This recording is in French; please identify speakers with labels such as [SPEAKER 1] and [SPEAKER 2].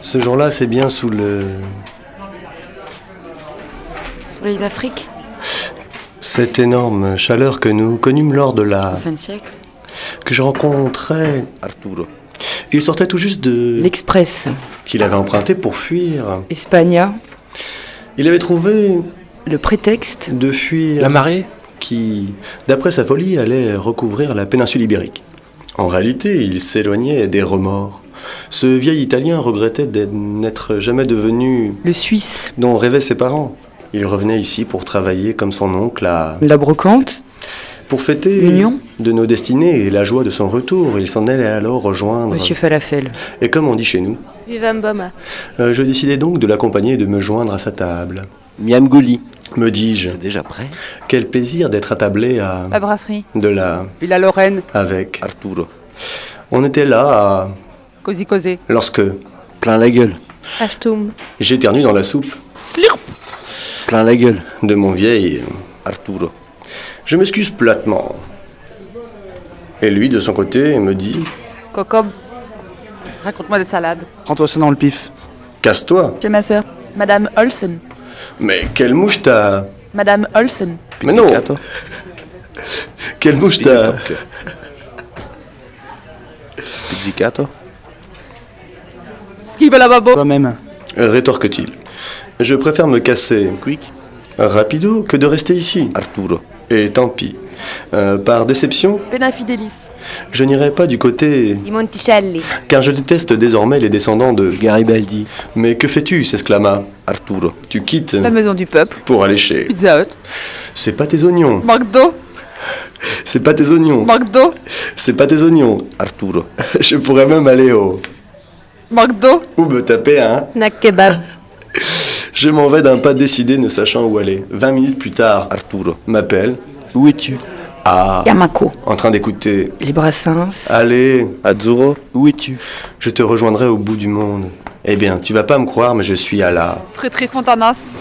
[SPEAKER 1] Ce jour-là, c'est bien sous le.
[SPEAKER 2] Soleil d'Afrique,
[SPEAKER 1] cette énorme chaleur que nous connûmes lors de la.
[SPEAKER 2] fin de siècle.
[SPEAKER 1] que je rencontrais.
[SPEAKER 3] Arturo.
[SPEAKER 1] Il sortait tout juste de.
[SPEAKER 4] L'Express,
[SPEAKER 1] qu'il avait emprunté pour fuir.
[SPEAKER 4] Espagna,
[SPEAKER 1] Il avait trouvé
[SPEAKER 4] le prétexte,
[SPEAKER 1] de fuir.
[SPEAKER 5] La marée
[SPEAKER 1] qui, d'après sa folie, allait recouvrir la péninsule ibérique. En réalité, il s'éloignait des remords. Ce vieil Italien regrettait d'être- n'être jamais devenu
[SPEAKER 4] le Suisse,
[SPEAKER 1] dont rêvaient ses parents. Il revenait ici pour travailler comme son oncle à...
[SPEAKER 4] la brocante,
[SPEAKER 1] Pour fêter
[SPEAKER 4] L'union.
[SPEAKER 1] de nos destinées et la joie de son retour, il s'en allait alors rejoindre...
[SPEAKER 4] Monsieur Falafel.
[SPEAKER 1] Et comme on dit chez nous,
[SPEAKER 6] Vivam Boma.
[SPEAKER 1] euh, je décidai donc de l'accompagner et de me joindre à sa table.
[SPEAKER 3] Miam Goli.
[SPEAKER 1] Me dis-je,
[SPEAKER 3] C'est déjà prêt.
[SPEAKER 1] quel plaisir d'être attablé à...
[SPEAKER 7] La brasserie,
[SPEAKER 1] De la...
[SPEAKER 7] Villa Lorraine,
[SPEAKER 1] Avec...
[SPEAKER 3] Arturo.
[SPEAKER 1] On était là à...
[SPEAKER 7] Cosy Cosé.
[SPEAKER 1] Lorsque
[SPEAKER 3] Plein la gueule.
[SPEAKER 6] Ashtoum.
[SPEAKER 1] j'éternue dans la soupe
[SPEAKER 3] Plein la gueule.
[SPEAKER 1] de mon vieil,
[SPEAKER 3] Arturo.
[SPEAKER 1] je m'excuse platement. Et lui, de son côté, me dit
[SPEAKER 7] Cocob, raconte-moi des salades.
[SPEAKER 8] Prends-toi ça dans le pif.
[SPEAKER 1] Casse-toi
[SPEAKER 6] Chez ma sœur. Madame Olsen.
[SPEAKER 1] Mais quelle mouche t'as
[SPEAKER 6] Madame Olsen.
[SPEAKER 1] Mais non
[SPEAKER 3] Pizzicato.
[SPEAKER 1] Quelle mouche t'as
[SPEAKER 3] Pizzicato. Pizzicato.
[SPEAKER 7] Skive la babo.
[SPEAKER 8] Toi-même.
[SPEAKER 1] Euh, rétorque-t-il. Je préfère me casser
[SPEAKER 3] Quick.
[SPEAKER 1] rapido que de rester ici.
[SPEAKER 3] Arturo.
[SPEAKER 1] Et tant pis. Euh, par déception,
[SPEAKER 6] Pena Fidelis.
[SPEAKER 1] je n'irai pas du côté.
[SPEAKER 9] Di Monticelli.
[SPEAKER 1] Car je déteste désormais les descendants de.
[SPEAKER 3] Garibaldi.
[SPEAKER 1] Mais que fais-tu s'exclama.
[SPEAKER 3] Arturo.
[SPEAKER 1] Tu quittes
[SPEAKER 7] La maison du peuple.
[SPEAKER 1] pour aller chez.
[SPEAKER 7] Pizza Hut.
[SPEAKER 1] C'est pas tes oignons.
[SPEAKER 7] McDo.
[SPEAKER 1] C'est pas tes oignons.
[SPEAKER 7] McDo.
[SPEAKER 1] C'est pas tes oignons.
[SPEAKER 3] Arturo.
[SPEAKER 1] Je pourrais même aller au.
[SPEAKER 7] McDo.
[SPEAKER 1] Ou me taper hein
[SPEAKER 6] Nak kebab.
[SPEAKER 1] Je m'en vais d'un pas décidé, ne sachant où aller. 20 minutes plus tard,
[SPEAKER 3] Arturo.
[SPEAKER 1] m'appelle,
[SPEAKER 3] Où es-tu
[SPEAKER 4] Ah. Yamako,
[SPEAKER 1] en train d'écouter.
[SPEAKER 4] les Brassens,
[SPEAKER 1] Allez,
[SPEAKER 3] Azzurro. Où es-tu
[SPEAKER 1] je te rejoindrai au bout du monde. Eh bien, tu vas pas me croire, mais je suis à la.
[SPEAKER 7] Frétrie Fontanas.